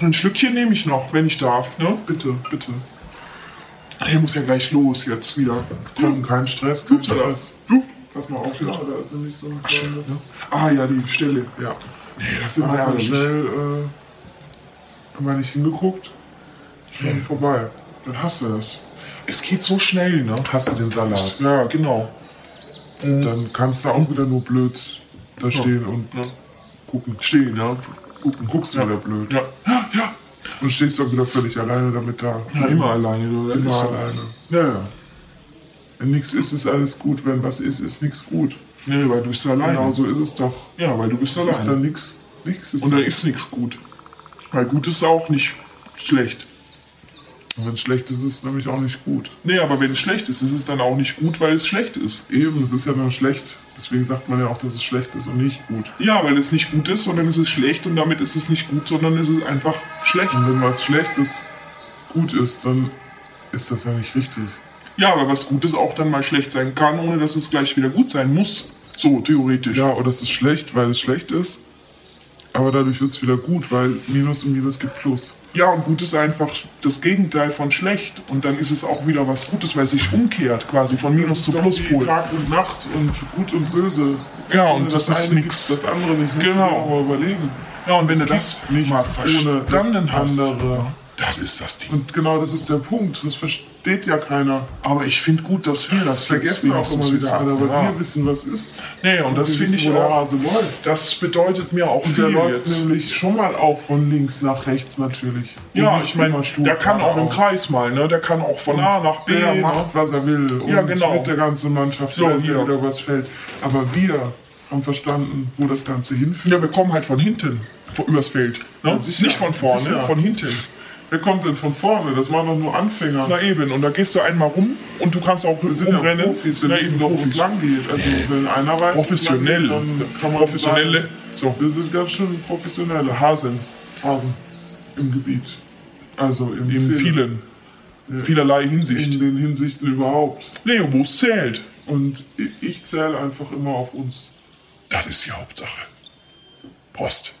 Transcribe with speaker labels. Speaker 1: Ein Schlückchen nehme ich noch, wenn ich darf, ne? Bitte, bitte. Er muss ja gleich los jetzt wieder.
Speaker 2: Kein, kein Stress, kein Stress.
Speaker 1: Du?
Speaker 2: Pass mal auf, ja, da ist nämlich so ein kleines.
Speaker 1: Ah ja, die Stelle.
Speaker 2: Ja.
Speaker 1: Nee, das
Speaker 2: Da
Speaker 1: sind wir
Speaker 2: hat
Speaker 1: ja
Speaker 2: man
Speaker 1: nicht.
Speaker 2: schnell, äh, haben wir nicht hingeguckt, schon vorbei.
Speaker 1: Dann hast du das. Es geht so schnell, ne?
Speaker 2: Hast du den Salat. Mhm.
Speaker 1: Ja, genau.
Speaker 2: Dann kannst du auch wieder nur blöd da stehen und
Speaker 1: Ja.
Speaker 2: gucken.
Speaker 1: Stehen, ja.
Speaker 2: Gucken, guckst du wieder blöd.
Speaker 1: Ja, ja,
Speaker 2: Und stehst dann wieder völlig alleine damit da.
Speaker 1: ja immer alleine. So. Das
Speaker 2: Immer
Speaker 1: ist so.
Speaker 2: alleine.
Speaker 1: Ja, ja.
Speaker 2: Wenn nichts ist, ist alles gut. Wenn was ist, ist nichts gut.
Speaker 1: Nee, weil du bist alleine.
Speaker 2: Genau so ist es doch.
Speaker 1: Ja, weil du bist
Speaker 2: Es ist
Speaker 1: alleine.
Speaker 2: dann nichts. Nichts ist
Speaker 1: Und
Speaker 2: dann,
Speaker 1: dann ist nichts gut. Weil gut ist auch nicht schlecht.
Speaker 2: Und wenn schlecht ist, ist es nämlich auch nicht gut.
Speaker 1: Nee, aber wenn es schlecht ist, ist es dann auch nicht gut, weil es schlecht ist.
Speaker 2: Eben, es ist ja dann schlecht. Deswegen sagt man ja auch, dass es schlecht ist und nicht gut.
Speaker 1: Ja, weil es nicht gut ist, sondern es ist schlecht und damit ist es nicht gut, sondern es ist einfach schlecht.
Speaker 2: Und wenn was Schlechtes gut ist, dann ist das ja nicht richtig.
Speaker 1: Ja, aber was Gutes auch dann mal schlecht sein kann, ohne dass es gleich wieder gut sein muss. So, theoretisch.
Speaker 2: Ja, oder es ist schlecht, weil es schlecht ist. Aber dadurch wird es wieder gut, weil Minus und Minus gibt Plus.
Speaker 1: Ja, und gut ist einfach das Gegenteil von schlecht. Und dann ist es auch wieder was Gutes, weil es sich umkehrt, quasi von Minus zu
Speaker 2: doch wie
Speaker 1: Pluspol.
Speaker 2: Tag und Nacht und gut und böse.
Speaker 1: Ja, und
Speaker 2: Ohne
Speaker 1: das ist
Speaker 2: eine
Speaker 1: nix.
Speaker 2: gibt's Das andere nicht. Musst du
Speaker 1: Genau.
Speaker 2: dir mal überlegen.
Speaker 1: Ja, und wenn du
Speaker 2: Es gibt
Speaker 1: das
Speaker 2: nichts
Speaker 1: mal
Speaker 2: ohne das
Speaker 1: verstanden hast,
Speaker 2: andere.
Speaker 1: das ist das Ding.
Speaker 2: Und genau das ist der Punkt. Das versteht ja keiner.
Speaker 1: Aber ich finde gut, dass wir das
Speaker 2: Das vergessen auch immer wieder alle, weil wir wissen, was ist.
Speaker 1: Nee, und das
Speaker 2: Wir
Speaker 1: finde
Speaker 2: wissen,
Speaker 1: ich
Speaker 2: wo der
Speaker 1: auch.
Speaker 2: Hase läuft.
Speaker 1: Das bedeutet mir auch
Speaker 2: Und
Speaker 1: viel
Speaker 2: der läuft
Speaker 1: jetzt.
Speaker 2: nämlich schon mal auch von links nach rechts natürlich. Und
Speaker 1: Ja,
Speaker 2: nicht
Speaker 1: ich meine,
Speaker 2: immer stur
Speaker 1: der kann auch im
Speaker 2: geradeaus.
Speaker 1: Kreis mal, ne? Der kann auch von A nach B.
Speaker 2: Der
Speaker 1: Ne?
Speaker 2: macht, was er will. Und
Speaker 1: Ja, genau.
Speaker 2: mit der ganzen Mannschaft
Speaker 1: So,
Speaker 2: so, der
Speaker 1: hier.
Speaker 2: wieder was fällt. Aber wir haben verstanden, wo das Ganze hinführt.
Speaker 1: Ja, wir kommen halt von hinten, vor, übers Feld. Ne?
Speaker 2: Ja, sicher,
Speaker 1: Nicht von vorne,
Speaker 2: sicher.
Speaker 1: von hinten.
Speaker 2: Wer kommt denn von vorne? Das waren doch nur Anfänger.
Speaker 1: Na eben, und da gehst du einmal rum und du kannst auch
Speaker 2: wir sind ja
Speaker 1: rumrennen.
Speaker 2: Profis, wir
Speaker 1: Na
Speaker 2: wissen
Speaker 1: eben,
Speaker 2: doch, wo es
Speaker 1: Profis.
Speaker 2: lang geht. Also wenn einer weiß, wo's lang geht,
Speaker 1: Professionell.
Speaker 2: dann kann man
Speaker 1: Professionelle.
Speaker 2: Sagen,
Speaker 1: So.
Speaker 2: wir sind ganz schön professionelle Hasen. Hasen im Gebiet. Also im
Speaker 1: In vielen, vielerlei Hinsicht.
Speaker 2: In den Hinsichten überhaupt.
Speaker 1: Leo, wo es zählt.
Speaker 2: Und ich zähle einfach immer auf uns.
Speaker 1: Das ist die Hauptsache. Prost.